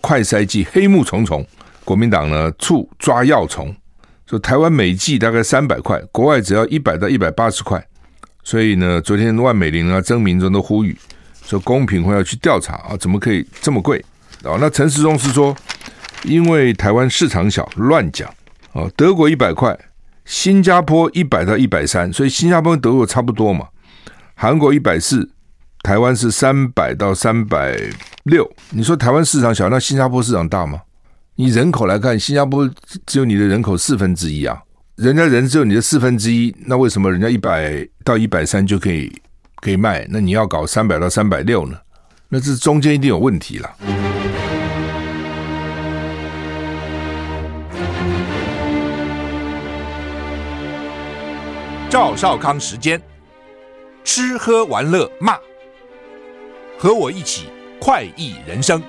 快筛剂黑幕重重，国民党呢处抓药虫，说台湾每剂大概三百块，国外只要一百到一百八十块。所以呢，昨天万美玲啊、曾明忠都呼吁说，公平会要去调查啊，怎么可以这么贵啊？那陈时中是说，因为台湾市场小，乱讲啊。德国一百块，新加坡一百到一百三，所以新加坡跟德国差不多嘛。韩国一百四，台湾是三百到三百六。你说台湾市场小，那新加坡市场大吗？你人口来看，新加坡只有你的人口四分之一啊，人家人只有你的四分之一，那为什么人家一百到一百三就可以可以卖？那你要搞三百到三百六呢？那这中间一定有问题了。赵少康时间，吃喝玩乐骂，和我一起快意人生。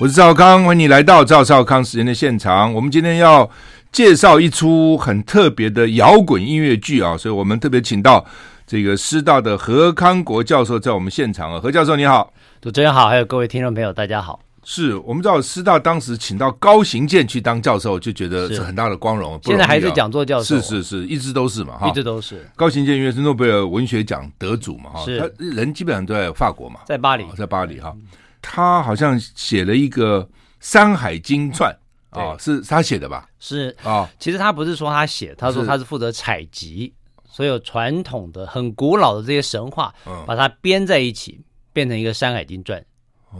我是赵康，欢迎你来到赵少康时间的现场。我们今天要介绍一出很特别的摇滚音乐剧啊，所以我们特别请到这个师大的何康国教授在我们现场啊。何教授你好，主持人好，还有各位听众朋友，大家好。是我们知道师大当时请到高行健去当教授，就觉得是是很大的光荣。不现在容易还是啊讲座教是，授，是是，一直都是嘛哈。一直都是高行健因为是诺贝尔文学奖得主嘛哈，是他人基本上都在法国嘛，在巴黎哦。在巴黎哈，他好像写了一个《山海经传》啊，是他写的吧？是，啊，其实他不是说他写，他说是他是负责采集所有传统的、很古老的这些神话，嗯把它编在一起，变成一个《山海经传》。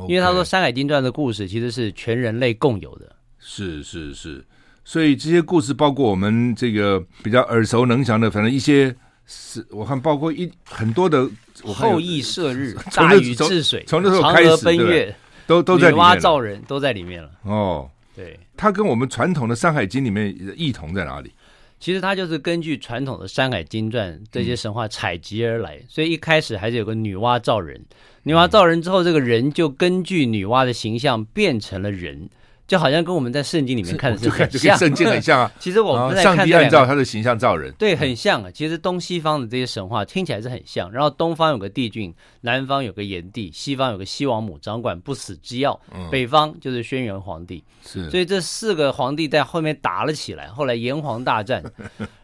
因为他说，《 OK，山海经传》的故事其实是全人类共有的。是是是，所以这些故事包括我们这个比较耳熟能详的，反正一些是我看包括一很多的我看有后羿射日、从大那禹从治水、从那时候嫦开娥始奔对不对月、都都在女里娲面造了人都在里面了。哦。对，它跟我们传统的《山海经》里面异同在哪里？其实它就是根据传统的《山海经传》这嗯些神话采集而来，所以一开始还是有个女娲造人。女娲造人之后，这个人就根据女娲的形象变成了人，就好像跟我们在圣经里面看的是就看很就跟像。圣经很像啊。其实 我啊们在上看帝这按两照个，他的形象造人，对，很像啊。其实东西方的这些神话听起来是很像，然后东方有个帝君，南方有个炎帝，西方有个西王母掌管不死之药，北方就是轩辕皇帝。嗯是所以这四个皇帝在后面打了起来，后来炎黄大战，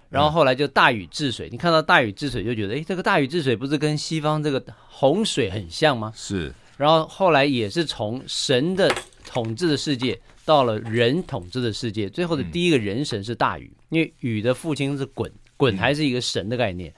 然后后来就大禹治水。你看到大禹治水就觉得，哎，这个大禹治水不是跟西方这个洪水很像吗？是然后后来也是从神的统治的世界到了人统治的世界，最后的第一个人神是大禹，因为禹的父亲是鲧，鲧还是一个神的概念。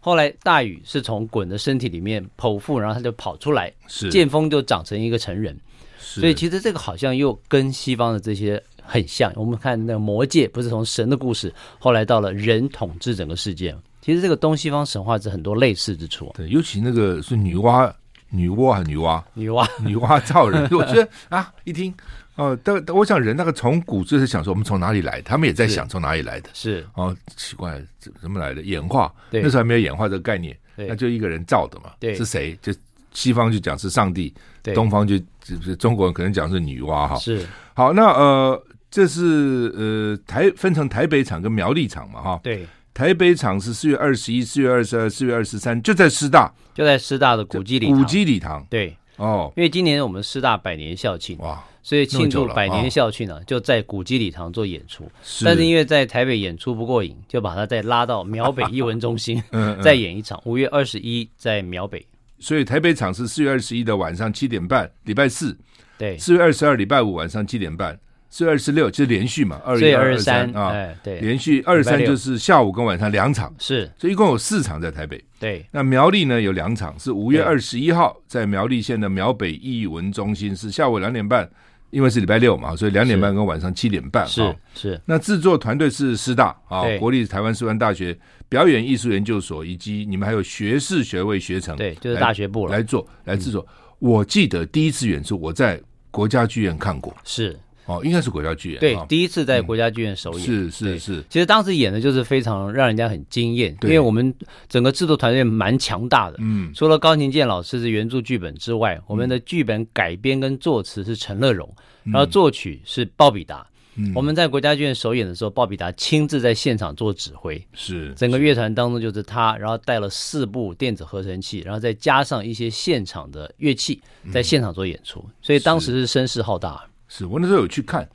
后来大禹是从鲧的身体里面剖腹，然后他就跑出来，是见风就长成一个成人。是所以其实这个好像又跟西方的这些很像。我们看那个魔界，不是从神的故事，后来到了人统治整个世界。其实这个东西方神话是很多类似之处。对，尤其那个是女娲，女娲还是女 娲，女娲，女娲造人，我觉得啊，一听哦，但但我想人那个从古就是想说我们从哪里来，他们也在是想从哪里来的。是哦，奇怪，怎怎么来的？演化，对那时候还没有演化这个概念，对那就一个人造的嘛。对是谁？就西方就讲是上帝，对东方就就是中国人可能讲是女娲哈。是，好，那呃，这是呃台分成台北场跟苗栗场嘛哈。对，台北场是四月二十一、四月二十二、四月二十三，就在师大就在师大的古迹里。古，迹礼堂对，哦，因为今年我们师大百年校庆，哇，所以庆那么久祝了啊百年校庆呢、就在古迹礼堂做演出。是但是因为在台北演出不过瘾，就把它再拉到苗北艺文中心嗯嗯再演一场。五月二十一在苗北，所以台北场是四月二十一的晚上七点半，礼拜四；对，四月二十二礼拜五晚上七点半；四月二十六就是连续嘛，二所以月二二十三，啊，哎，对，连续二礼拜三六就是下午跟晚上两场，是所以一共有四场在台北。对，那苗栗呢有两场，是五月二对十一号在苗栗县的苗北艺文中心，是下午两点半，因为是礼拜六嘛，所以两点半跟晚上七点半是哦是那制作团队是师大啊，对国立台湾师范大学表演艺术研究所，以及你们还有学士学位学程，对，嗯就是来大学部了来，做来制作。我记得第一次演出我在国家剧院看过是哦，应该是国家剧院对啊，第一次在国家剧院首演。是是对是其实当时演的就是非常让人家很惊艳，因对为我们整个制作团队蛮强大的。嗯，除了高勤健老师是原著剧本之嗯外，我们的剧本改编跟作词是陈乐融，然后作曲是鲍比达，我们在国家剧院首演的时候，鲍比达亲自在现场做指挥，是整个乐团当中就是他，然后带了四部电子合成器，然后再加上一些现场的乐器，嗯在现场做演出，所以当时是声势浩大。是我那时候有去看，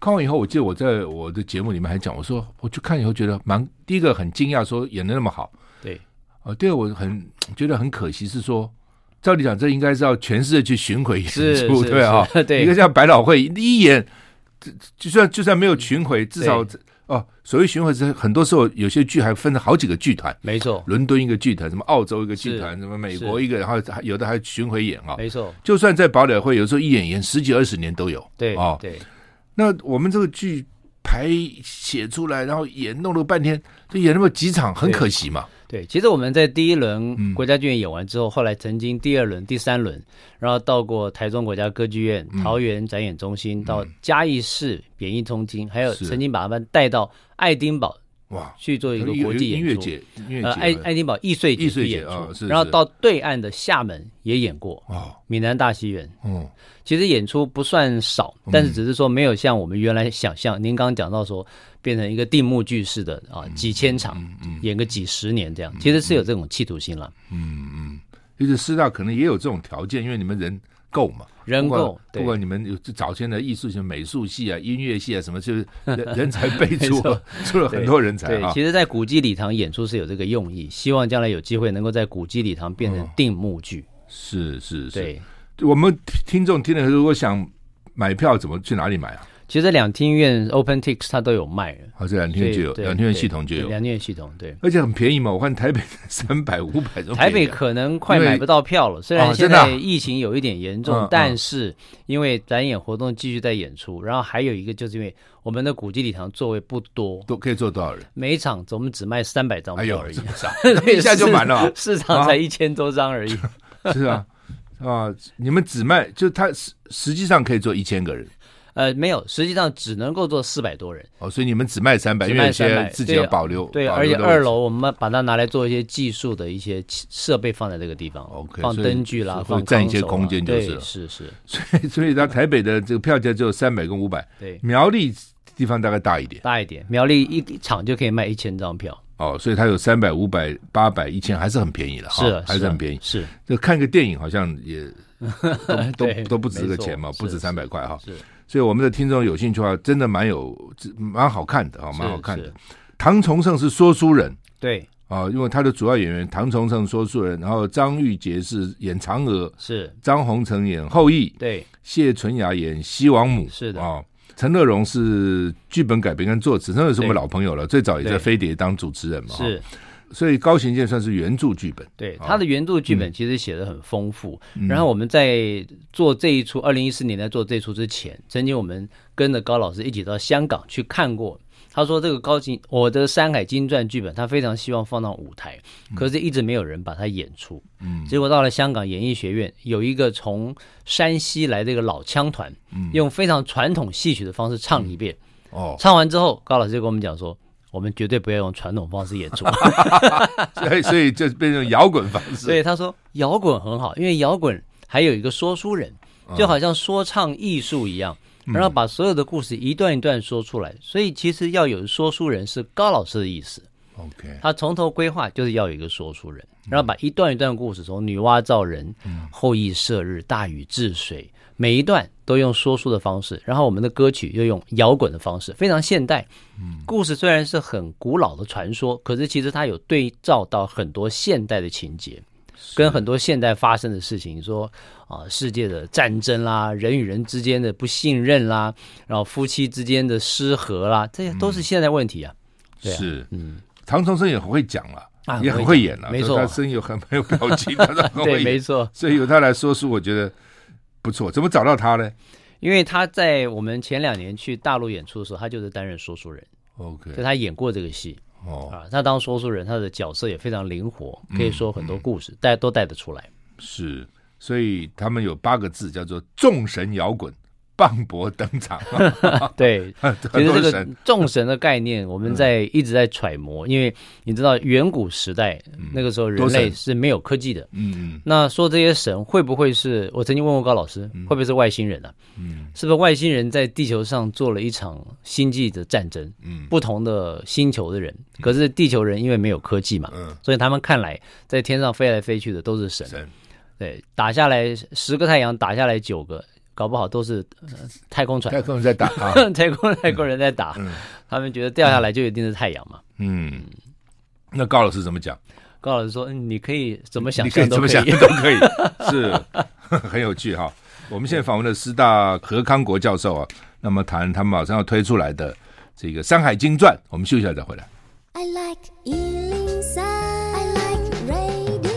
看完以后，我记得我在我的节目里面还讲，我说我去看以后觉得蛮第一个很惊讶，说演的那么好， 对，呃，第二个我很觉得很可惜是说。照理讲，这应该是要全世界去巡回演是出，是对啊，是对一个像百老汇，第一演，就就算就算没有巡嗯回，至少哦，所谓巡回是很多时候有些剧还分了好几个剧团，没错，伦敦一个剧团，什么澳洲一个剧团，什么美国一个，然后还有的还巡回演啊、没错，就算在百老汇，有时候一演演十几二十年都有。对哦，对，那我们这个剧排写出来，然后演弄了半天，就演那么几场，很可惜嘛。对，其实我们在第一嗯轮国家剧院演完之后，后来曾经第二轮、第三轮，然后到过台中国家歌剧院、嗯桃园展演中心，到嘉义市演艺中心，还有是曾经把他们带到爱丁堡哇，去做一个有国际音演乐出。节，音乐呃，爱节爱丁堡易碎节易碎去节演出，啊是然后是到对岸的厦门也演过哦，闽南大戏院。嗯，其实演出不算少，但是只是说没有像我们原来想象，您刚刚讲到说变成一个定目剧式的嗯啊，几千场、演个几十年这样，其实是有这种企图心了，就是师大可能也有这种条件，因为你们人够嘛。人不够管对不。管你们有早先的艺术性、美术系啊、音乐系啊什么， 就是人人才辈出了，出了很多人才对，啊。其实，在古迹礼堂演出是有这个用意，希望将来有机会能够在古迹礼堂变成定目剧。是是嗯是，对，我们听众听了，如果想买票，怎么去哪里买啊？其实两厅院 OpenTix 它都有卖的，好，这两天就有，对两天系统就对有，两厅院系统对。而且很便宜嘛。我看台北三百、五百都台便北宜啊可能快因为买不到票了，虽啊然真现的啊在疫情有一点严重，嗯嗯但是因为展演活动继续在演出，然后还有一个就是因为我们的古迹礼堂座位不多，都可以坐多少人？每一场我们只卖三百张哎票呦，而已，这，么少哦所 以一下就市满了啊。 市场才一千多 张而已。是啊，啊，你们只卖，就他实实际上可以坐一千个人呃，没有，实际上只能够坐四百多人，哦，所以你们只卖三百，只因卖为有些300自己要对啊保留。对，保而且留的二位置楼我们把它拿来做一些技术的一些设备放在这个地方 OK，放所以灯具啦会，放占一些钢手啊空间就是对了是是，所以 所以他台北的这个票价只有三百跟五百，对，苗栗地方大概大一点大一点，苗栗一一场就可以卖一千张票。哦，所以它有三百、五百、八百、一千，还是很便宜了哈，是啊还是很便宜。是这看个电影好像也 都都对都不值个没错钱嘛，不止是三百块哈。是所以我们的听众有兴趣的话，真的蛮有蛮好看的啊，蛮好看。是的是。唐崇盛是说书人对，啊，因为他的主要演员唐崇盛说书人，然后张玉洁是演嫦娥，是，张宏成演后羿，对，谢纯雅演西王母，是的啊。陈乐融是剧本改编跟作词，陈乐融是我们对老朋友了，最早也在对飞碟当主持人嘛，哈是，所以高行健算是原著剧 本，对，啊他的原著剧本其实写的很丰富。嗯然后我们在做这一出，二零一四年在做这一出之前，曾经我们跟着高老师一起到香港去看过。他说：“这个高进，我的《山海经传》剧本，他非常希望放到舞台，嗯可是一直没有人把它演出。嗯，结果到了香港演艺学院，有一个从山西来的一个老腔团，嗯用非常传统戏曲的方式唱一遍。哦， 唱完之后，高老师就跟我们讲说，我们绝对不要用传统方式演出。所以所以就变成摇滚方式，所以他说摇滚很好，因为摇滚还有一个说书人，就好像说唱艺术一样，然后把所有的故事一段一段说出来。所以其实要有说书人是高老师的意思， OK，他从头规划就是要有一个说书人，嗯然后把一段一段故事从女娲造人、后羿射日、大禹治水，每一段都用说书的方式，然后我们的歌曲又用摇滚的方式，非常现代。嗯故事虽然是很古老的传说，可是其实它有对照到很多现代的情节。跟很多现代发生的事情，说啊、世界的战争啦，人与人之间的不信任啦，然后夫妻之间的失和啦，这些嗯都是现代问题啊。对啊是，嗯，唐崇盛也很会讲了、啊也很很会会演了、没错他声音有很很有表情，他都 很会对，没演，错。所以由他来说书，我觉得不错。怎么找到他呢因为他在我们前两年去大陆演出的时候，他就是担任说书人，就？OK，他演过这个戏哦，嗯啊。他当说书人，他的角色也非常灵活，可以说很多故事 带都带得出来。是，所以他们有八个字叫做“众神摇滚”。磅礴登场， 啊对，其很实这多个神， 嗯众神的概念，我们在一直在揣摩，因为你知道远古时代那个时候人多神类是没有科技的。嗯嗯，那说这些神会不会是我曾经问过高老师，会不会是外星人啊？是不是外星人在地球上做了一场星际的战争？嗯不同的星球的人，可是地球人因为没有科技嘛，嗯所以他们看来在天上飞来飞去的都是神。神对，打下来十个太阳，打下来九个，搞不好都是、呃太空船太。空人 嗯在打啊， 太空太空人在打，他们觉得掉下来就一定是太阳嘛。嗯，那高老师怎么讲？高老师说，嗯，你可以怎么想你可以象怎都可么以。想都可以，是 很有趣哈。我们现在访问的师大何康国教授啊，那么谈他们马上要推出来的这个《山海经传》，我们休息一下再回来。 I like Ealing Sound. I like radio.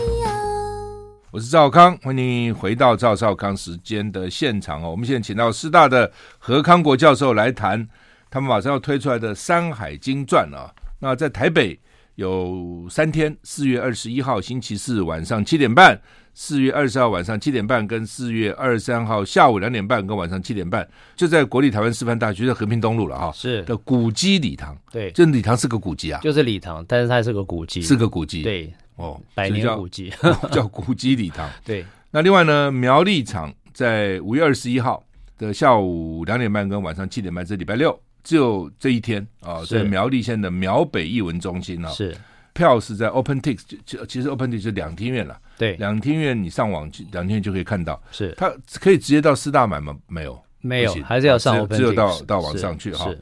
我是赵康，欢迎回到赵少康时间的现场哦。我们现在请到师大的何康国教授来谈他们马上要推出来的《山海经传》啊。那在台北有三天，四月二十一号星期四晚上七点半，四月二十号晚上七点半，跟四月二十三号下午两点半跟晚上七点半，就在国立台湾师范大学的和平东路了哈、 哦是的古迹礼堂。对，这礼堂是个古迹啊，就是礼堂，但是它是个古迹，是个古迹，，对哦，百年所以 古迹。叫哦叫古迹礼堂。对，那另外呢，苗栗场在五月二十一号的下午两点半跟晚上七点半，这礼拜六只有这一天啊，是在苗栗县的苗北艺文中心啊，是，票是在 OpenTix，就就其实 OpenTix 就两厅院了，对，两厅院你上网去，两厅院就可以看到，是它可以直接到师大买吗？没有，没有不，行还是要上只有 Open 只有到 Text，到网是上去哈是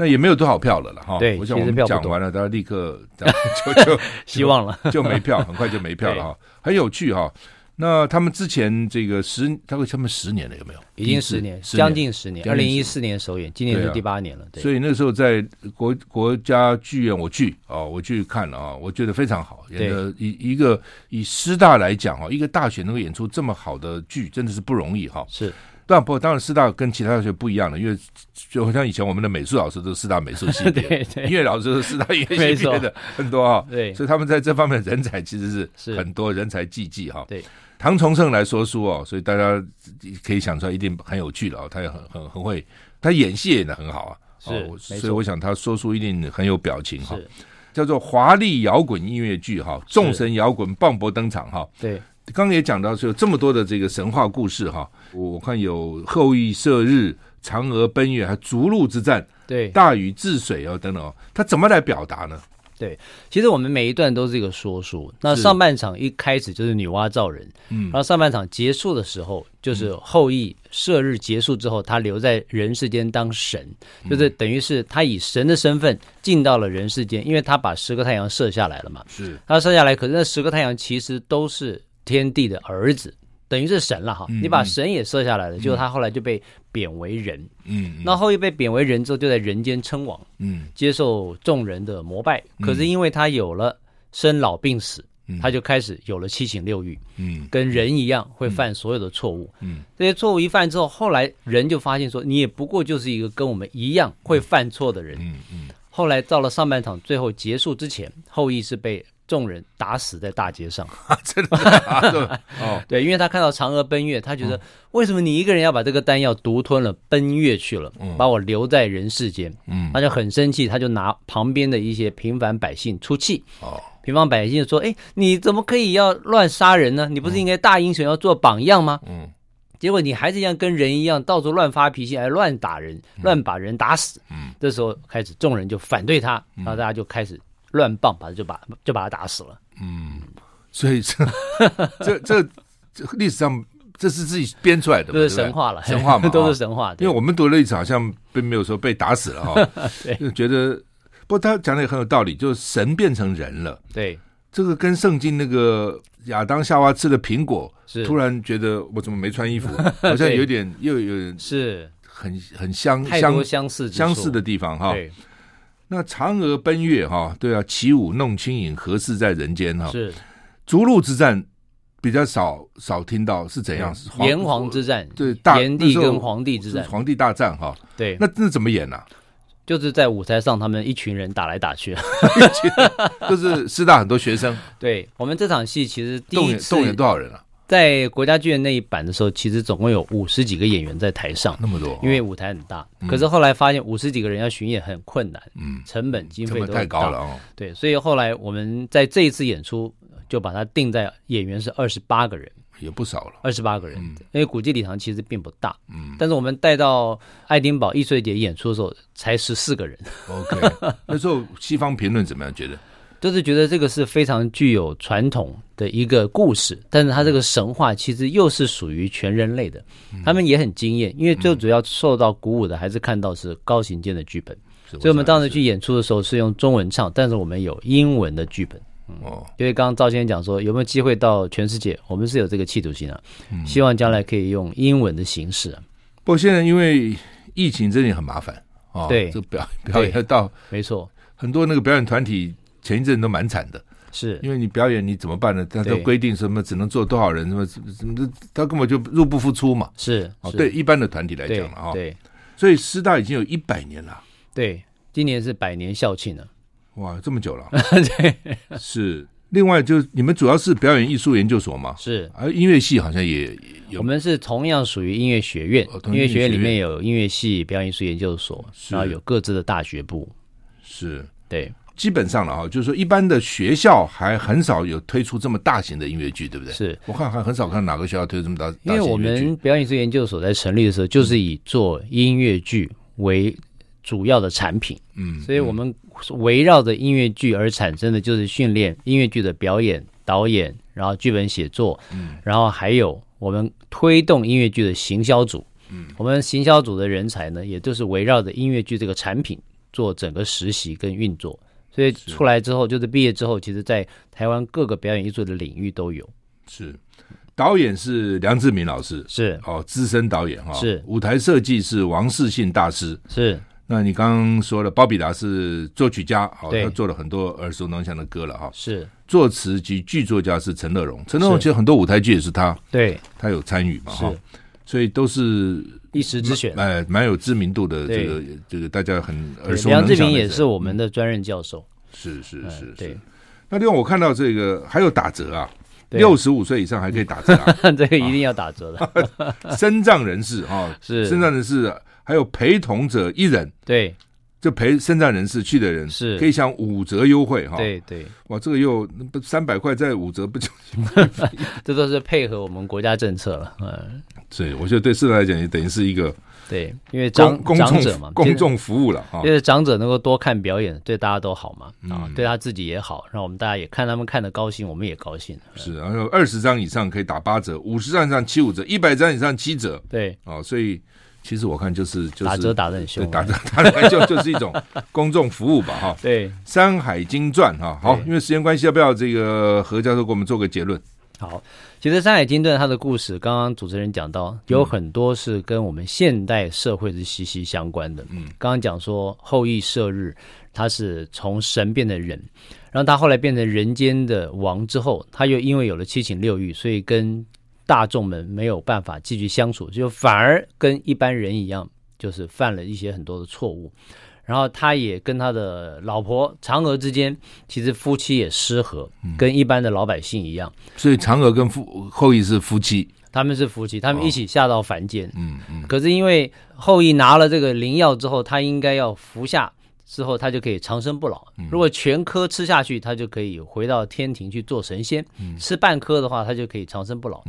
那也没有多少票了了哈。对我想我们其实票不讲多完了，大家立刻就就就希望了。 就没票，很快就没 票了哈，很有趣哈。那他们之前这个十，他会他们十年了有没有？已经第一次十年，十将近十年，将二近零一四年首演，今年对是啊第八年了。对，所以那时候在国国家剧院，我去哦，我去看了啊、我觉得非常好。演的一一个以师大来讲哦，一个大学能够演出这么好的剧，真的是不容易哈、是但不，当然师大跟其他大学不一样了，因为就好像以前我们的美术老师都是师大美术系毕业 的，对对音乐老师都是师大音乐没系毕错业的很多啊、对所以他们在这方面人才其实是是很多人才济济哈、对，唐崇盛来说书哦，所以大家可以想出来一定很有趣了哦，他也很很很会，他演戏演的很好啊。是哦没所错以我想他说书一定很有表情哈、是，叫做华丽摇滚音乐剧哈、众神摇滚磅礴登场哈、对，刚刚也讲到说有这么多的这个神话故事哈，我看有后羿射日、嫦娥奔月，还逐鹿之战、对，大禹治水哦等等哦，他怎么来表达呢？其实我们每一段都是一个说书。那是上半场一开始就是女娲造人，嗯然后上半场结束的时候，就是后羿射日结束之后，他留在人世间当神，嗯就是等于是他以神的身份进到了人世间，因为他把十个太阳射下来了嘛。是他生下来，可是那十个太阳其实都是天帝的儿子，等于是神了哈。你把神也射下来了，结果他后来就被贬为人。嗯那后羿被贬为人之后，就在人间称王，嗯接受众人的膜拜。可是因为他有了生老病死，他就开始有了七情六欲， 嗯跟人一样会犯所有的错误。嗯，这些错误一犯之后，后来人就发现说，你也不过就是一个跟我们一样会犯错的人。嗯嗯，后来到了上半场最后结束之前，后羿是被众人打死在 大街上。啊真的啊对哦，对，因为他看到嫦娥奔月，他嗯觉得为什么你一个人要把这个丹药独吞了，奔月去了，把我留在人世间，嗯他就很生气，他就拿旁边的一些平凡百姓出气。哦，平凡百姓说：“哎，你怎么可以要乱杀人呢？你不是应该大英雄要做榜样吗？嗯结果你还是一样跟人一样到处乱发脾气，还乱打人，乱把人打死。嗯这时候开始众人就反对他，然后大家就开始乱棒，把他就把就把他打死了。嗯，所以这这这这历史上这是自己编出来的嘛，都是对不对神话了，神话嘛， 都啊是神话。对因为我们读了一次，好像并没有说被打死了哈、 对就觉得不过他讲的也很有道理，就是神变成人了，对这个跟圣经那个亚当夏娃吃的苹果，是突然觉得我怎么没穿衣 服，好像对有点又有点是很很相太相多相似之相处似的地啊方哈。对那嫦娥奔月哈，对啊，起舞弄清影，何事在人间哈？是逐鹿之战比较少少听到是怎样？是嗯炎黄之战，哎对大炎那帝时候跟黄帝之是战，皇帝大战哈。对，那那怎么演呢、啊就是在舞台上他们一群人打来打去。 就是师大很多学生， 对我们这场戏其实第动一员次动员多少人啊？在国家剧院那一版的时候，其实总共有五十几个演员在台上，那么多，因为舞台很大。可是后来发现五十几个人要巡演很困难，嗯，成本经成费本都太很高大了。哦，对，所以后来我们在这一次演出就把它定在演员是二十八个人，也不少了。二十八个人，嗯因为古迹礼堂其实并不大，嗯但是我们带到爱丁堡艺术节演出的时候才十四个人， OK，那时候西方评论怎么样？觉得就是觉得这个是非常具有传统的一个故事，但是它这个神话其实又是属于全人类的，嗯他们也很惊艳，因为最主要受到鼓舞的还是看到是高行健的剧本，所所以我们当时去演出的时候是用中文唱，但是我们有英文的剧本。哦，因为刚刚赵先生讲说有没有机会到全世界，我们是有这个企图心啊，嗯希望将来可以用英文的形式、啊，不过现在因为疫情真的很麻烦哦，对这表表演到没错，很多那个表演团体前一阵都蛮惨的，是因为你表演你怎么办呢？他都对规定什么只能坐多少人，什么什么，他根本就入不敷出嘛。是哦，是对一般的团体来对讲了啊、哦，对所以师大已经有一百年了，对，今年是百年校庆了，，哇，这么久了 对，是。另外就你们主要是表演艺术研究所吗？是啊，音乐系好像也也有我们是同样属于音乐学院哦，同音样乐学音院乐学里面院有音乐系、表演艺术研究所，是然后有各自的大学部，是对，基本上了哈，就是说一般的学校还很少有推出这么大型的音乐剧，对不对？是我看还很少看哪个学校推出这么大因为大型我音乐们剧表演艺术研究所在成立的时候，就是以做音乐剧为主要的产品，嗯，所以我们围绕着音乐剧而产生的就是训练音乐剧的表演、导演，然后剧本写作，嗯然后还有我们推动音乐剧的行销组，嗯我们行销组的人才呢，也就是围绕着音乐剧这个产品做整个实习跟运作。所以出来之后，就是毕业之后，其实，在台湾各个表演艺术的领域都有。是导演是梁志民老师，是哦，资深导演哈、是舞台设计是王世信大师。是，那你刚刚说了，鲍比达是作曲家，哦，对他做了很多耳熟能详的歌了哈、是，作词及剧作家是陈乐融，陈乐融是其实很多舞台剧也是他，对，他有参与嘛哈、是所以都是一时之选。哎，蛮有知名度的，这对个这个大家很耳对熟梁能志详明的也人是我们的专任教授。是是嗯是对是。那另外我看到这个还有打折啊，对六十五岁以上还可以打折啊， 这个一定要打折 的。身障人士啊，是身障人士还有陪同者一人，对就陪身障人士去的人是可以享五折优惠哈。对对，哇，这个又三百块再五折不就？ 这都是配合我们国家政策了。嗯，对，我觉得对市场来讲也等于是一个对，因为公长公长者嘛众，公众服务了啊就。是长者能够多看表演，对大家都好嘛，嗯啊，对他自己也好，让我们大家也看他们看的高兴，我们也高兴。是，然后二十张以上可以打八折，五十张以上七五折，一百张以上七折。对，哦，所以其实我看就是就是打折打得很对凶。啊打折打折就就是一种公众服务吧哈。对， 《山海经传》哈，好，对因为时间关系，要不要这个何教授给我们做个结论？好，其实《山海经》对它的故事，刚刚主持人讲到，有很多是跟我们现代社会是息息相关的。嗯，刚刚讲说后羿射日，他是从神变成人，然后他后来变成人间的王之后，他又因为有了七情六欲，所以跟大众们没有办法继续相处，就反而跟一般人一样，就是犯了一些很多的错误。然后他也跟他的老婆嫦娥之间，其实夫妻也失和，跟一般的老百姓一样。所以嫦娥跟夫后羿是夫妻，他们是夫妻，他们一起下到凡间。嗯哦嗯，可是因为后羿拿了这个灵药之后，他应该要服下之后，他就可以长生不老。嗯如果全颗吃下去，他就可以回到天庭去做神仙；嗯吃半颗的话，他就可以长生不老。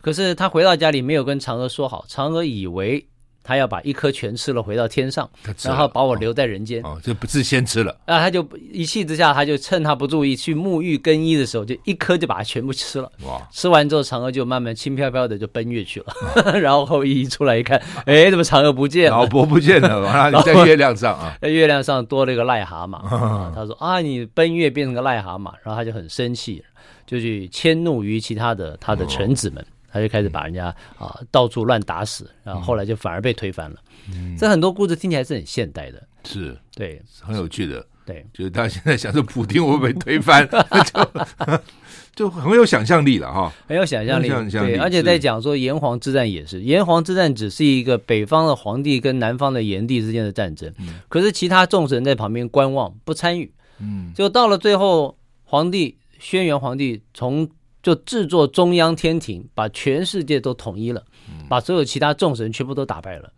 可是他回到家里没有跟嫦娥说好，嫦娥以为他要把一颗全吃了回到天上，他吃了然后把我留在人间。哦，这不是先吃了，那他就一气之下，他就趁他不注意去沐浴更衣的时候，就一颗就把它全部吃了。哇，吃完之后，嫦娥就慢慢轻飘飘的就奔月去了。 然后后羿一出来一看，哎，怎么嫦娥不见老了？婆不见了，完了你在月亮上 啊，在月亮上多了一个癞蛤蟆。啊他说啊，你奔月变成个癞蛤蟆，然后他就很生气，就去迁怒于其他的他的臣子们，他就开始把人家啊到处乱打死，然后后来就反而被推翻了。这很多故事听起来是很现代的，是对很有趣的。对就是他现在想说普丁会不会推翻， 就 就很有想象力了哈。很有想象力，很有想象力对，是而且在讲说炎黄之战也是，炎黄之战只是一个北方的皇帝跟南方的炎帝之间的战争，嗯可是其他众神在旁边观望不参与，嗯，就到了最后，皇帝轩辕皇帝从就制作中央天庭，把全世界都统一了，嗯把所有其他众神全部都打败了。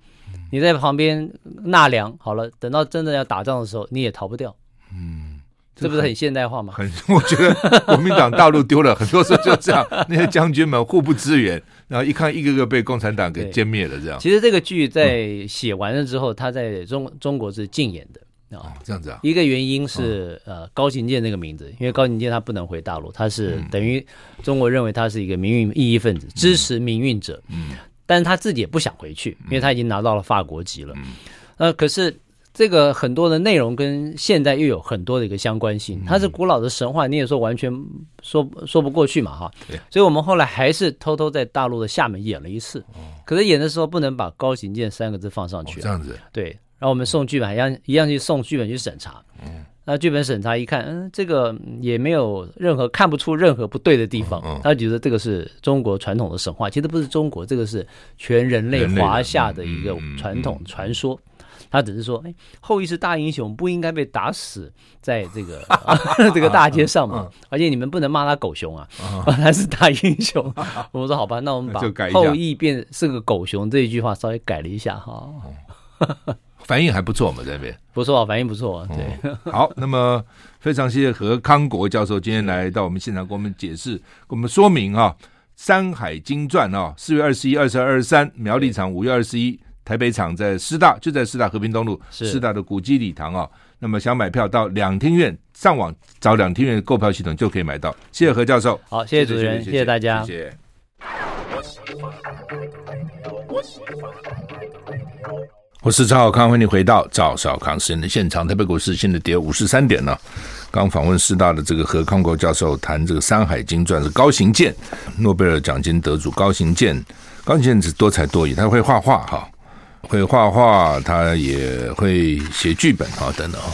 你在旁边纳凉好了，等到真的要打仗的时候，你也逃不掉。嗯，这不是很现代化吗？很， 我觉得国民党大陆丢了，很多时候就这样，那些将军们互不支援，然后一看一个个被共产党给对歼灭了，这样嗯其实这个剧在写完了之后，他在中中国是禁演的哦。，啊这样子啊，一个原因是、嗯呃高行健那个名字，因为高行健他不能回大陆，他是、嗯等于中国认为他是一个民运异议分子，支持民运者，嗯但是他自己也不想回去，因为他已经拿到了法国籍了。嗯呃，可是这个很多的内容跟现代又有很多的一个相关嗯性，它是古老的神话，你也说完全说说不过去嘛哈对。所以我们后来还是偷偷在大陆的厦门演了一次，可是演的时候不能把高行健三个字放上哦去啊这，样子，对，然后我们送剧本，一样一样去送剧本去审查。嗯那剧本审查一看，嗯，这个嗯也没有任何看不出任何不对的地嗯方，他觉得这个是中国传统的神话，其实不是中国，这个是全人类人类的华夏的一个嗯嗯嗯传统传说。他只是说，哎，后羿是大英雄，不应该被打死在 这个、这个大街嗯上嘛，而且你们不能骂他狗熊啊，他是大英雄。 我说好吧，那我们把就改一下后羿变是个狗熊这一句话稍微改了一下哈。反应还不错嘛，在那边。不错，反应不错，对，好，那么非常谢谢何康国教授今天来到我们现场，给我们解释、给我们说明啊，《山海经传》啊，四月二十一、二十二、二十三，苗栗场五月二十一，台北场在师大，就在师大和平东路是师大的古迹礼堂啊。那么想买票到两厅院上网找两厅院的购票系统就可以买到。谢谢何教授，好，谢谢主持人，谢谢大家。谢谢。我是赵小康，欢迎你回到赵少康时间的现场。台北股市现在跌五十三点呢、刚访问师大的这个何康国教授谈这个《山海经传》是高行健，诺贝尔奖金得主高行健。高行健是多才多艺，他会画画哈，会画画，他也会写剧本哈，等等哈。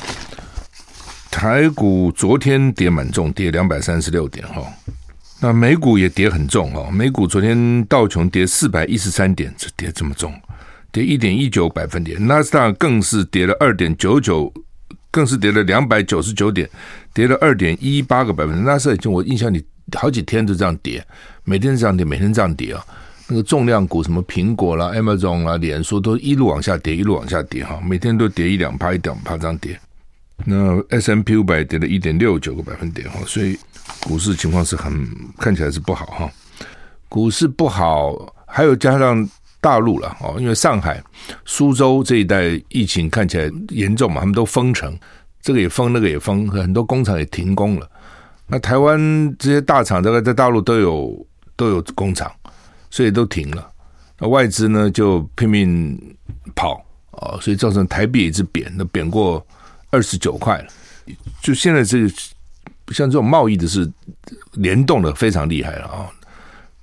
台股昨天跌蛮重，跌两百三十六点哈。那美股也跌很重哦，美股昨天道琼跌四百一十三点，这跌这么重，跌一点一九百分点，纳斯达克更是跌了二点九九，更是跌了两百九十九点，跌了二点一八个百分点。纳斯达克已经我印象里好几天都这样跌，每天这样跌，每天这样跌啊。那个重量股什么苹果啦、Amazon 啦、脸书都一路往下跌，一路往下跌哈，每天都跌一两趴、一两趴这样跌。那 S M P 五百跌了一点六九个百分点哈，所以股市情况是很看起来是不好哈。股市不好，还有加上大陆了哦，因为上海、苏州这一带疫情看起来严重嘛，他们都封城，这个也封，那个也封，很多工厂也停工了。那台湾这些大厂大概在大陆都有都有工厂，所以都停了。那外资呢就拼命跑哦，所以造成台币一直贬，那贬过二十九块了。就现在这个像这种贸易的是联动的非常厉害了啊、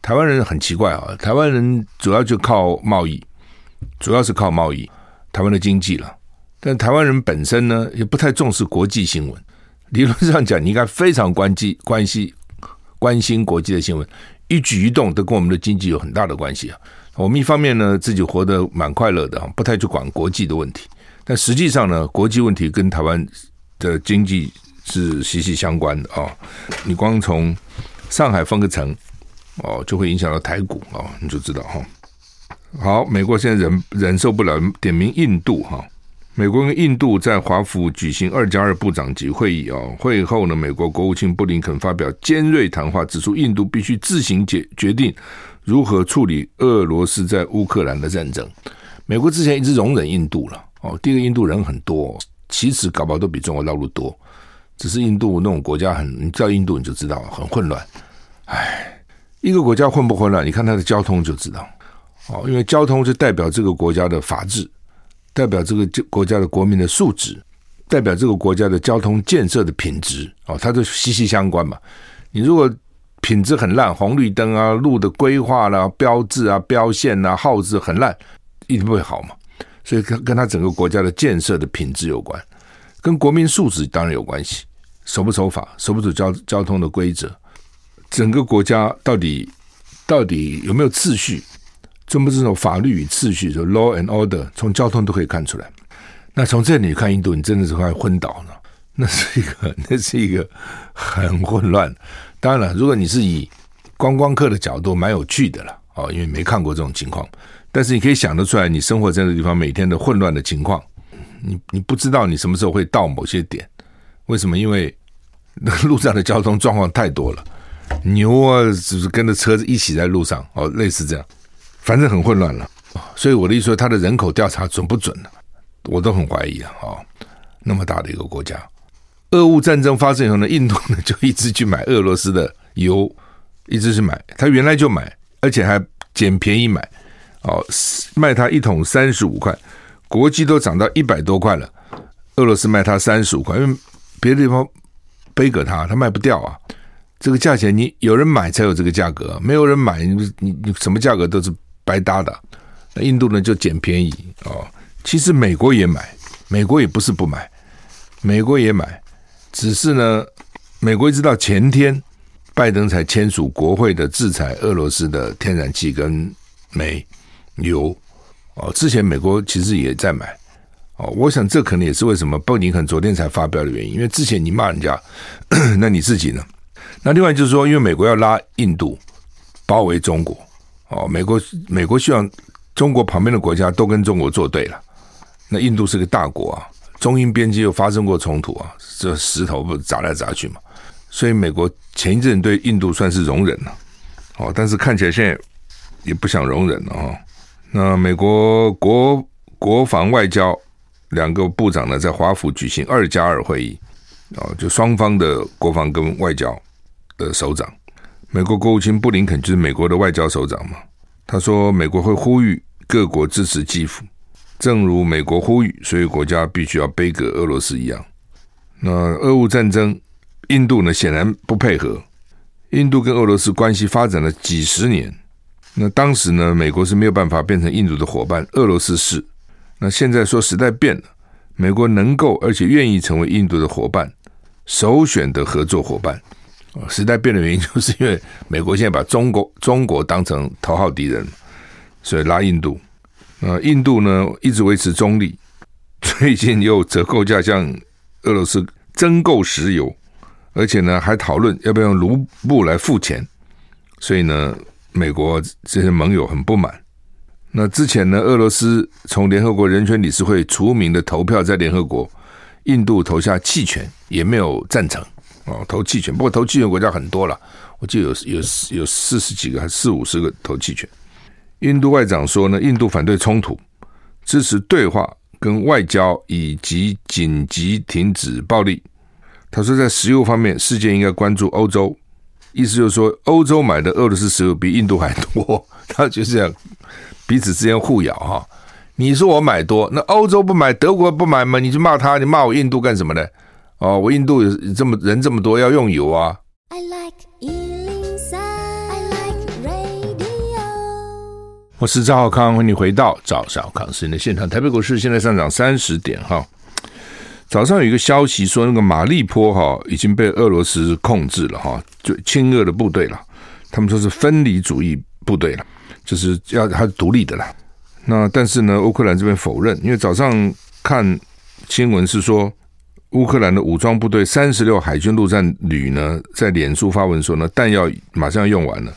台湾人很奇怪啊，台湾人主要就靠贸易，主要是靠贸易，台湾的经济了。但台湾人本身呢，也不太重视国际新闻。理论上讲，你应该非常关机关系关心国际的新闻，一举一动都跟我们的经济有很大的关系啊。我们一方面呢，自己活得蛮快乐的啊，不太去管国际的问题。但实际上呢，国际问题跟台湾的经济是息息相关的啊、你光从上海分个层哦，就会影响到台股哦，你就知道哈、好，美国现在忍忍受不了，点名印度哈、美国跟印度在华府举行二加二部长级会议哦，会后呢，美国国务卿布林肯发表尖锐谈话，指出印度必须自行解决定如何处理俄罗斯在乌克兰的战争。美国之前一直容忍印度了哦，第一个印度人很多，其实搞不好都比中国大陆多，只是印度那种国家很，你知道印度你就知道很混乱。唉，一个国家混不混乱，你看它的交通就知道哦，因为交通就代表这个国家的法治，代表这个国家的国民的素质，代表这个国家的交通建设的品质哦，它都息息相关嘛。你如果品质很烂，红绿灯啊、路的规划啦、标志啊、标线啊、号志很烂，一定不会好嘛。所以跟跟他整个国家的建设的品质有关，跟国民素质当然有关系，守不守法，守不守交交通的规则，整个国家到底到底有没有秩序，遵不遵守法律与秩序，就 law and order，从交通都可以看出来。那从这里看印度，你真的是快昏倒了。 那是一个，那是一个很混乱。当然了，如果你是以观光客的角度蛮有趣的了哦，因为没看过这种情况，但是你可以想得出来，你生活在这个地方每天的混乱的情况，你你不知道你什么时候会到某些点，为什么？因为 路上的交通状况太多了，牛啊，只是跟着车子一起在路上哦，类似这样，反正很混乱了。哦所以我的意思说，他的人口调查准不准呢、啊我都很怀疑啊。哦，那么大的一个国家，俄乌战争发生以后呢，印度呢就一直去买俄罗斯的油，一直是买，他原来就买，而且还捡便宜买，哦，卖他一桶三十五块，国际都涨到一百多块了，俄罗斯卖他三十五块，因为别的地方背给他，他卖不掉啊。这个价钱你有人买才有这个价格，没有人买，你你你什么价格都是白搭的。那印度呢就捡便宜哦。其实美国也买，美国也不是不买，美国也买，只是呢，美国一直到前天，拜登才签署国会的制裁俄罗斯的天然气跟煤油哦。之前美国其实也在买哦，我想这可能也是为什么布林肯昨天才发表的原因，因为之前你骂人家， 那你自己呢？那另外就是说，因为美国要拉印度包围中国哦，美国美国希望中国旁边的国家都跟中国作对了。那印度是个大国啊，中印边界又发生过冲突啊，这石头不是砸来砸去嘛，所以美国前一阵对印度算是容忍了、哦，但是看起来现在也不想容忍了哦。那美国国国防外交两个部长呢，在华府举行二加二会议，哦，就双方的国防跟外交的首长，美国国务卿布林肯就是美国的外交首长嘛，他说美国会呼吁各国支持基辅，正如美国呼吁，所有国家必须要背给俄罗斯一样。那俄乌战争，印度呢显然不配合。印度跟俄罗斯关系发展了几十年，那当时呢，美国是没有办法变成印度的伙伴，俄罗斯是。那现在说时代变了，美国能够而且愿意成为印度的伙伴，首选的合作伙伴。哦时代变的原因就是因为美国现在把中国中国当成头号敌人，所以拉印度。呃，印度呢一直维持中立， 最近又折扣价向俄罗斯增购石油，而且呢还讨论要不要用卢布来付钱，所以呢，美国这些盟友很不满。那之前呢，俄罗斯从联合国人权理事会除名的投票在联合国，印度投下弃权，也没有赞成哦，投弃权。不过投弃权国家很多了，我记得有有有四十几个还是四五十个投弃权。印度外长说呢，印度反对冲突，支持对话跟外交，以及紧急停止暴力。他说，在石油方面，世界应该关注欧洲，意思就是说，欧洲买的俄罗斯石油比印度还多， 他就是这样，彼此之间互咬哈。你说我买多，那欧洲不买，德国不买吗？你就骂他，你骂我印度干什么呢？哦，我印度有这么人这么多，要用油啊， I like Ealing Sound. I like radio. 我是赵浩康，欢迎你回到赵少康时间的现场。台北股市现在上涨三十点哈。早上有一个消息说，那个马利坡哈已经被俄罗斯控制了哈，就亲俄的部队了，他们说是分离主义部队了，就是要它是独立的啦。那但是呢，乌克兰这边否认，因为早上看新闻是说，乌克兰的武装部队三十六海军陆战旅呢，在脸书发文说呢，弹药马上要用完了，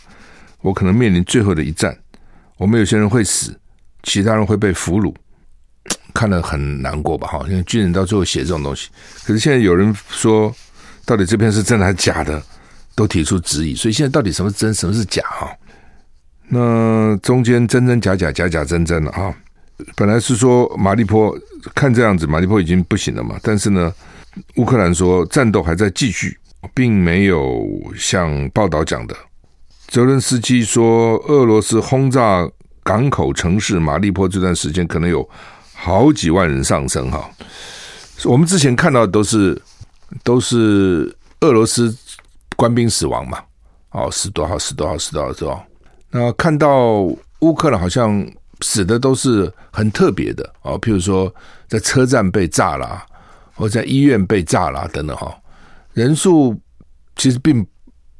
我可能面临最后的一战。我们有些人会死，其他人会被俘虏，看了很难过吧？哈，因为军人到最后写这种东西，可是现在有人说，到底这篇是真的还是假的，都提出质疑。所以现在到底什么是真，什么是假？哈，那中间真真假假，假假真真了哈。本来是说马利坡看这样子，马利坡已经不行了嘛，但是呢，乌克兰说战斗还在继续，并没有像报道讲的泽伦斯基说，俄罗斯轰炸港口城市马利坡这段时间，可能有好几万人丧生哈。我们之前看到的都是都是俄罗斯官兵死亡嘛，哦，死多少，死多少，死多少，死多少。那看到乌克兰好像死的都是很特别的哦，譬如说在车站被炸啦，或者在医院被炸啦等等哈、人数其实并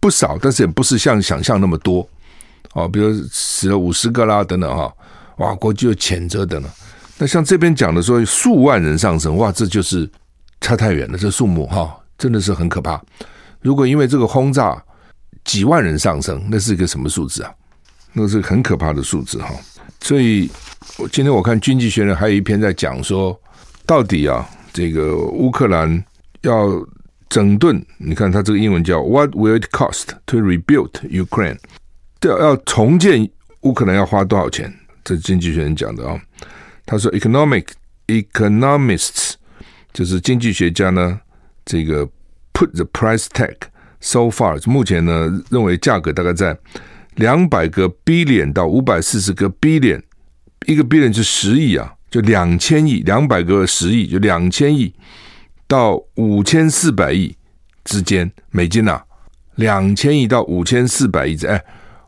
不少，但是也不是像想象那么多哦。比如死了五十个啦，等等哈、哇，国际有谴责等等。那像这边讲的说数万人上升，哇，这就是差太远了，这数目哈、真的是很可怕。如果因为这个轰炸几万人上升，那是一个什么数字啊？那是很可怕的数字哈、所以，我今天我看《经济学人》还有一篇在讲说，到底啊，这个乌克兰要整顿，你看它这个英文叫 “What will it cost to rebuild Ukraine”，要要重建乌克兰要花多少钱？这《经济学人》讲的啊、他说，economic economists 就是经济学家呢，这个 put the price tag so far，目前呢认为价格大概在两百个 billion 到五百四十个 billion，一个 billion 是十亿啊，就两千亿，两百个十亿就两千亿到五千四百亿之间美金啊，两千亿到五千四百亿之哎。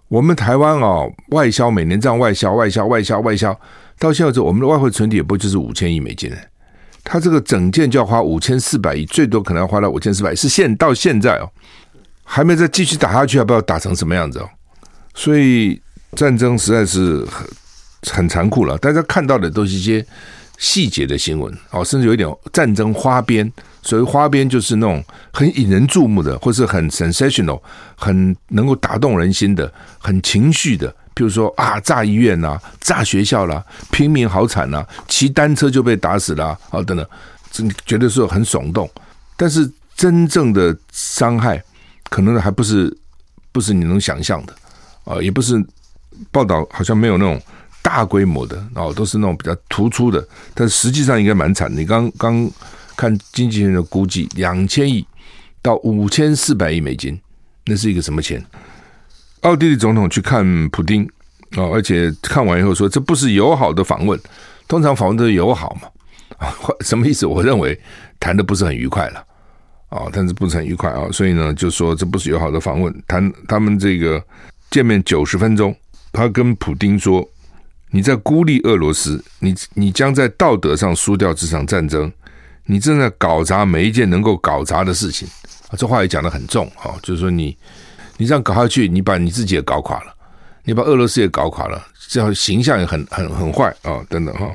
我们台湾哦，外销每年这样外销、外销、外销、外销，到现在为止，我们的外汇存底也不就是五千亿美金呢？它这个整件就要花五千四百亿，最多可能要花到五千四百，是现到现在哦，还没再继续打下去，还不知道打成什么样子哦。所以战争实在是很很残酷了，大家看到的都是一些细节的新闻哦，甚至有一点战争花边。所谓花边，就是那种很引人注目的，或是很 sensational、很能够打动人心的、很情绪的。譬如说啊，炸医院呐、炸学校啦、平民好惨呐、骑单车就被打死啦、啊，啊等等，这绝对是很耸动。但是真正的伤害，可能还不是不是你能想象的啊，也不是报道好像没有那种大规模的哦，都是那种比较突出的，但实际上应该蛮惨的。你刚刚看经纪人的估计，两千亿到五千四百亿美金，那是一个什么钱？奥地利总统去看普丁哦，而且看完以后说这不是友好的访问，通常访问都是友好嘛 啊，什么意思？我认为谈的不是很愉快了。啊，但是不是很愉快啊，所以呢，就说这不是友好的访问，谈他们这个见面九十分钟，他跟普丁说：“你在孤立俄罗斯，你你将在道德上输掉这场战争，你正在搞砸每一件能够搞砸的事情。”啊，这话也讲得很重啊，就是说你你这样搞下去，你把你自己也搞垮了，你把俄罗斯也搞垮了，这样形象也很很很坏啊，等等哈。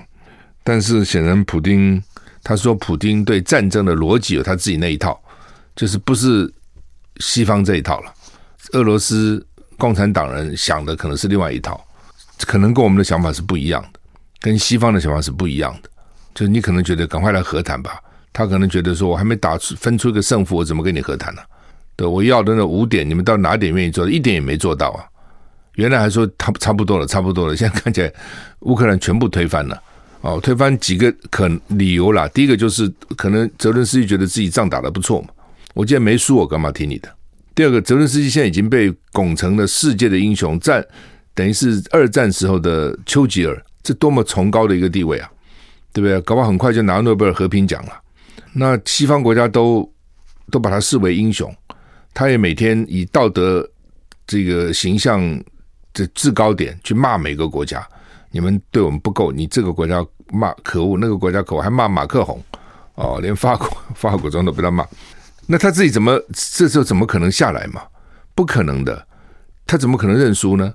但是显然，普丁他说，普丁对战争的逻辑有他自己那一套，就是不是西方这一套了。俄罗斯共产党人想的可能是另外一套，可能跟我们的想法是不一样的，跟西方的想法是不一样的。就是你可能觉得赶快来和谈吧，他可能觉得说我还没打出分出一个胜负，我怎么跟你和谈呢、对，我要的那五点，你们到哪点愿意做到？一点也没做到啊！原来还说差差不多了，差不多了，现在看起来乌克兰全部推翻了。哦，推翻几个可理由啦。第一个就是可能泽伦斯基觉得自己仗打得不错嘛，我既然没输，我干嘛听你的？第二个，泽伦斯基现在已经被拱成了世界的英雄，战等于是二战时候的丘吉尔，这多么崇高的一个地位啊，对不对？搞不好很快就拿诺贝尔和平奖了。那西方国家都都把他视为英雄，他也每天以道德这个形象的制高点去骂每个国家，你们对我们不够，你这个国家骂可恶，那个国家可恶，还骂马克宏，哦，连法国 法国总统被他骂，那他自己怎么这时候怎么可能下来嘛？不可能的，他怎么可能认输呢？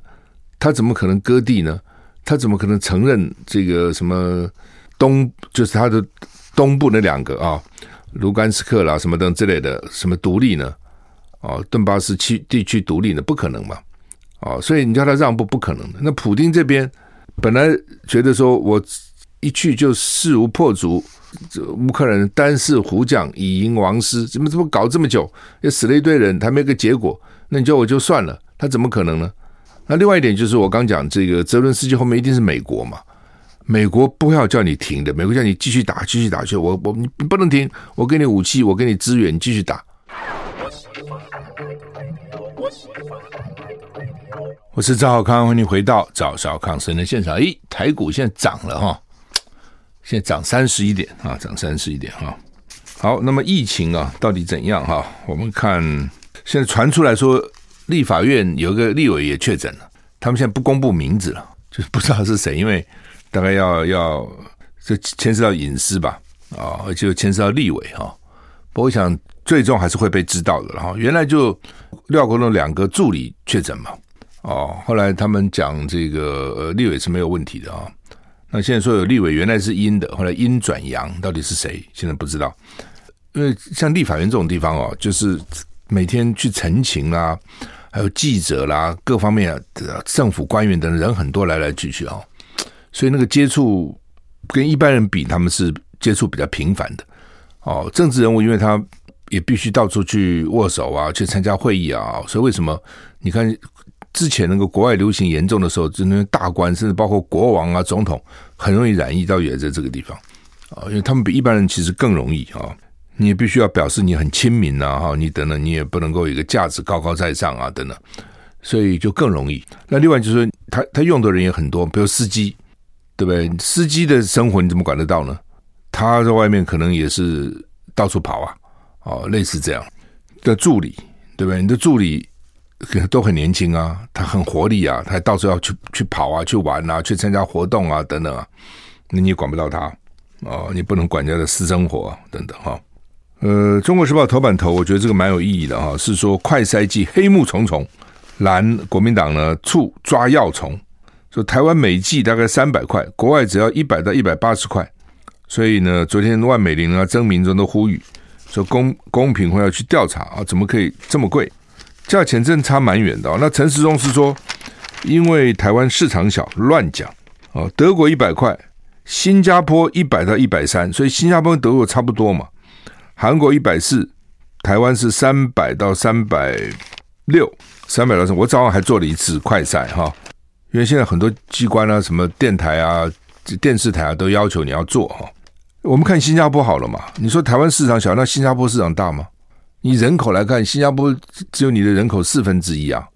他怎么可能割地呢？他怎么可能承认这个什么东就是他的东部那两个啊，卢甘斯克啦什么等之类的什么独立呢？哦，顿巴斯区地区独立呢，不可能嘛？哦，所以你叫他让步，不可能的。哦那普京这边本来觉得说我一去就势如破竹，这乌克兰人单是虎将以迎王师，怎么怎么搞这么久，也死了一堆人，还没个结果，那你叫我就算了，他怎么可能呢？那另外一点就是我刚讲这个泽伦斯基后面一定是美国嘛，美国不要叫你停的，美国叫你继续打，继续打去，我我你不能停，我给你武器，我给你资源，你继续打。我是赵浩康，欢迎回到赵少康生的现场。咦，台股现在涨了哈，现在涨三十一点啊，涨三十一点哈。好，那么疫情啊，到底怎样哈？我们看现在传出来说，立法院有一个立委也确诊了，他们现在不公布名字了，就是不知道是谁，因为大概要要这牵涉到隐私吧，啊，而且又牵涉到立委哈、啊不过我想最终还是会被知道的了哈。原来就廖国栋两个助理确诊嘛，哦，后来他们讲这个呃立委是没有问题的啊、那现在说有立委原来是阴的，后来阴转阳，到底是谁？现在不知道。因为像立法院这种地方哦，就是每天去陈情啦、还有记者啦，各方面、啊、呃政府官员等人很多来来去去哦，所以那个接触跟一般人比，他们是接触比较频繁的哦。政治人物因为他也必须到处去握手啊，去参加会议啊，所以为什么你看之前那个国外流行严重的时候，就那些大官甚至包括国王啊、总统，很容易染疫到也在这个地方啊、因为他们比一般人其实更容易啊、你也必须要表示你很亲民呐，哈，你等等，你也不能够有一个价值高高在上啊，等等，所以就更容易。那另外就是说他他用的人也很多，比如司机，对不对？司机的生活你怎么管得到呢？他在外面可能也是到处跑啊，哦，类似这样的助理，对不对？你的助理都很年轻啊，他很活力啊，他到处要去去跑啊，去玩啊，去参加活动啊，等等啊，那你也管不到他哦，你不能管人家的私生活、啊、等等哈、呃，《中国时报》头版头，我觉得这个蛮有意义的哈、是说快筛剂黑幕重重，蓝国民党呢促抓药虫，说台湾每剂大概三百块，国外只要一百到一百八十块，所以呢，昨天万美玲啊、曾明忠都呼吁说公公平会要去调查啊，怎么可以这么贵？价钱真差蛮远的、哦。那陈时中是说，因为台湾市场小，乱讲哦。德国一百块，新加坡一百到一百三，所以新加坡跟德国差不多嘛。韩国一百四，台湾是三百到三百六，三百到三。我早上还做了一次快赛哈，因为现在很多机关啊，什么电台啊、电视台啊，都要求你要做哈。我们看新加坡好了嘛，你说台湾市场小，那新加坡市场大吗？你人口来看，新加坡只有你的人口四分之一啊，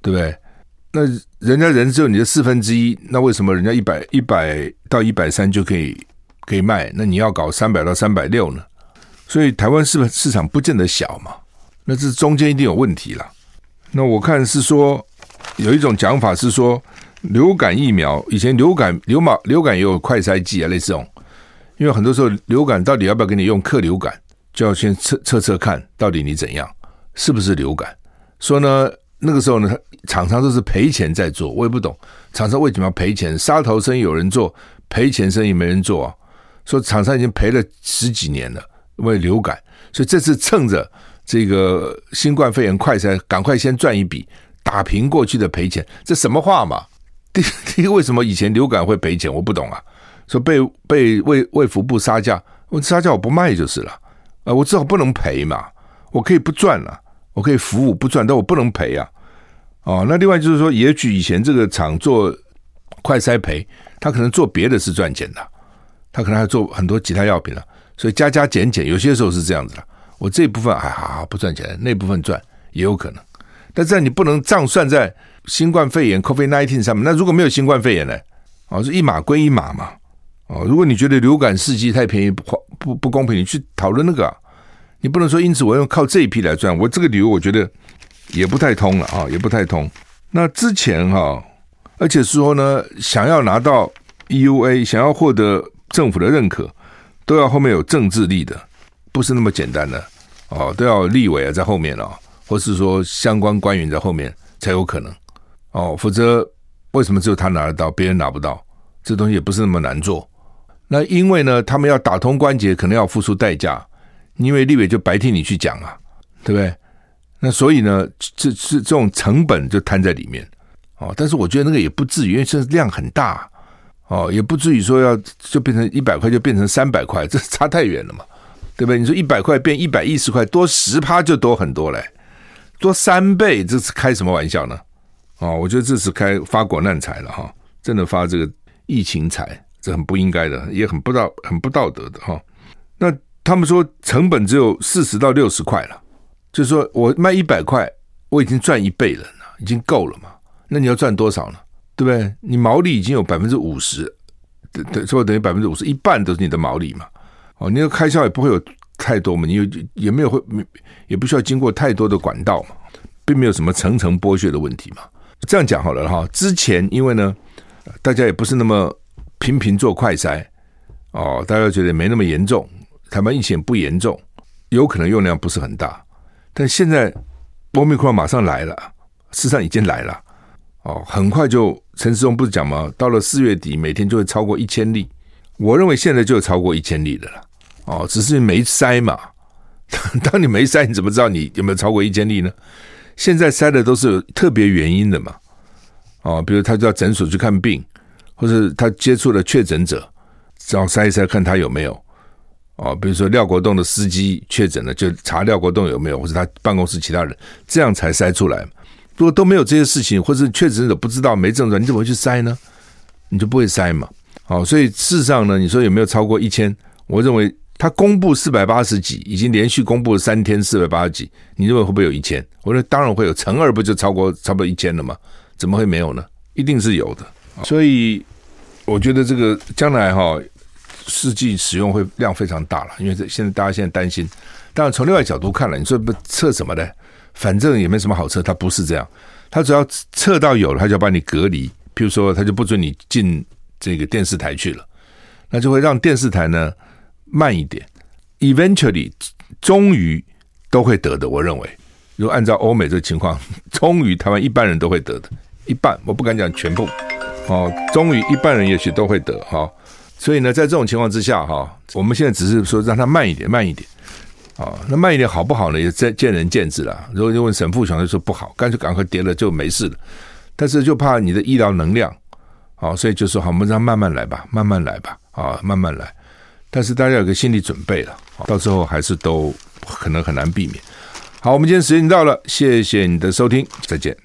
对不对？那人家人只有你的四分之一，那为什么人家一百一百到一百三就可以可以卖？那你要搞三百到三百六呢？所以台湾市市场不见得小嘛，那这中间一定有问题啦。那我看是说，有一种讲法是说，流感疫苗以前流感流马流感也有快筛剂啊，类似这种，因为很多时候流感到底要不要给你用克流感，就要先测测测看到底你怎样是不是流感。说呢，那个时候呢，他厂商都是赔钱在做，我也不懂厂商为什么要赔钱，啊杀头生意有人做，赔钱生意没人做啊。说厂商已经赔了十几年了。因为流感，所以这次趁着这个新冠肺炎快筛，赶快先赚一笔，打平过去的赔钱，这什么话嘛？ 第第一个，为什么以前流感会赔钱？我不懂啊。说被被卫卫福部杀价，我杀价我不卖就是了，呃，我至少不能赔嘛，我可以不赚了、我可以服务不赚，但我不能赔啊。哦，那另外就是说，也许以前这个厂做快筛赔，他可能做别的是赚钱的，他可能还做很多其他药品了、所以加加减减，有些时候是这样子的。我这部分还好好不赚钱，那部分赚也有可能。但是你不能账算在新冠肺炎 （COVID-19） 上面。那如果没有新冠肺炎呢？哦，是一码归一码嘛。哦，如果你觉得流感试剂太便宜，不不不公平，你去讨论那个、啊。你不能说因此我要靠这一批来赚，我这个理由我觉得也不太通了啊、也不太通。那之前哈、而且说呢，想要拿到 EUA，想要获得政府的认可，都要后面有政治力的，不是那么简单的哦，都要有立委啊在后面啊、或是说相关官员在后面才有可能哦，否则为什么只有他拿得到，别人拿不到？这东西也不是那么难做。那因为呢，他们要打通关节，可能要付出代价，因为立委就白替你去讲啊，对不对？那所以呢，这这这这种成本就摊在里面哦。但是我觉得那个也不至于，因为这量很大、哦，也不至于说要就变成一百块就变成三百块， 这差太远了嘛，对不对？你说一百块变一百一十块，多十趴就多很多嘞，多三倍，这是开什么玩笑呢？哦，我觉得这是开发国难财了哈，真的发这个疫情财，这很不应该的，也很不道很不道德的哈。那他们说成本只有四十到六十块了，就是说我卖一百块，我已经赚一倍了呢，已经够了嘛。那你要赚多少呢？对不对？你毛利已经有百分之五十，等等，说等于百分之五十，一半都是你的毛利嘛。哦，你的开销也不会有太多嘛，你有也没有会，也不需要经过太多的管道嘛，并没有什么层层剥削的问题嘛。这样讲好了哈，之前因为呢，呃大家也不是那么频频做快筛，哦，大家觉得没那么严重，台湾疫情也不严重，有可能用量不是很大，但现在欧密克戎马上来了，事实上已经来了。哦，很快就陈世忠不是讲吗？到了四月底，每天就会超过一千例。我认为现在就有超过一千例的了。 哦，只是没筛嘛。当你没筛，你怎么知道你有没有超过一千例呢？现在筛的都是有特别原因的嘛，哦，比如他到诊所去看病，或是他接触了确诊者，然后筛一筛看他有没有。哦，比如说廖国栋的司机确诊了，就查廖国栋有没有，或者他办公室其他人，这样才筛出来。如果都没有这些事情，或是确诊者不知道没症状，你怎么会去筛呢？你就不会筛嘛。好、所以事实上呢，你说有没有超过一千？我认为他公布四百八十几，已经连续公布了三天四百八十几，你认为会不会有一千？我说当然会有，乘二不就超过差不多一千了吗？怎么会没有呢？一定是有的。所以我觉得这个将来哈、试剂使用会量非常大了，因为这现在大家现在担心。当然，从另外角度看了，你说不测什么呢？反正也没什么好测，它不是这样。它只要测到有了，它就要把你隔离。譬如说，它就不准你进这个电视台去了，那就会让电视台呢慢一点。Eventually，终于都会得的。我认为，如果按照欧美这个情况， 终于台湾一般人都会得的，一半我不敢讲全部哦，终于一半人也许都会得哈、所以呢，在这种情况之下哈，我们现在只是说让它慢一点，慢一点。啊，那慢一点好不好呢？也见见仁见智啦。如果就问沈富雄，他说不好，干脆赶快跌了就没事了。但是就怕你的医疗能量，啊，所以就说好，我们让它慢慢来吧，慢慢来吧，啊，慢慢来。但是大家有个心理准备了，啊到时候还是都可能很难避免。好，我们今天时间到了，谢谢你的收听，再见。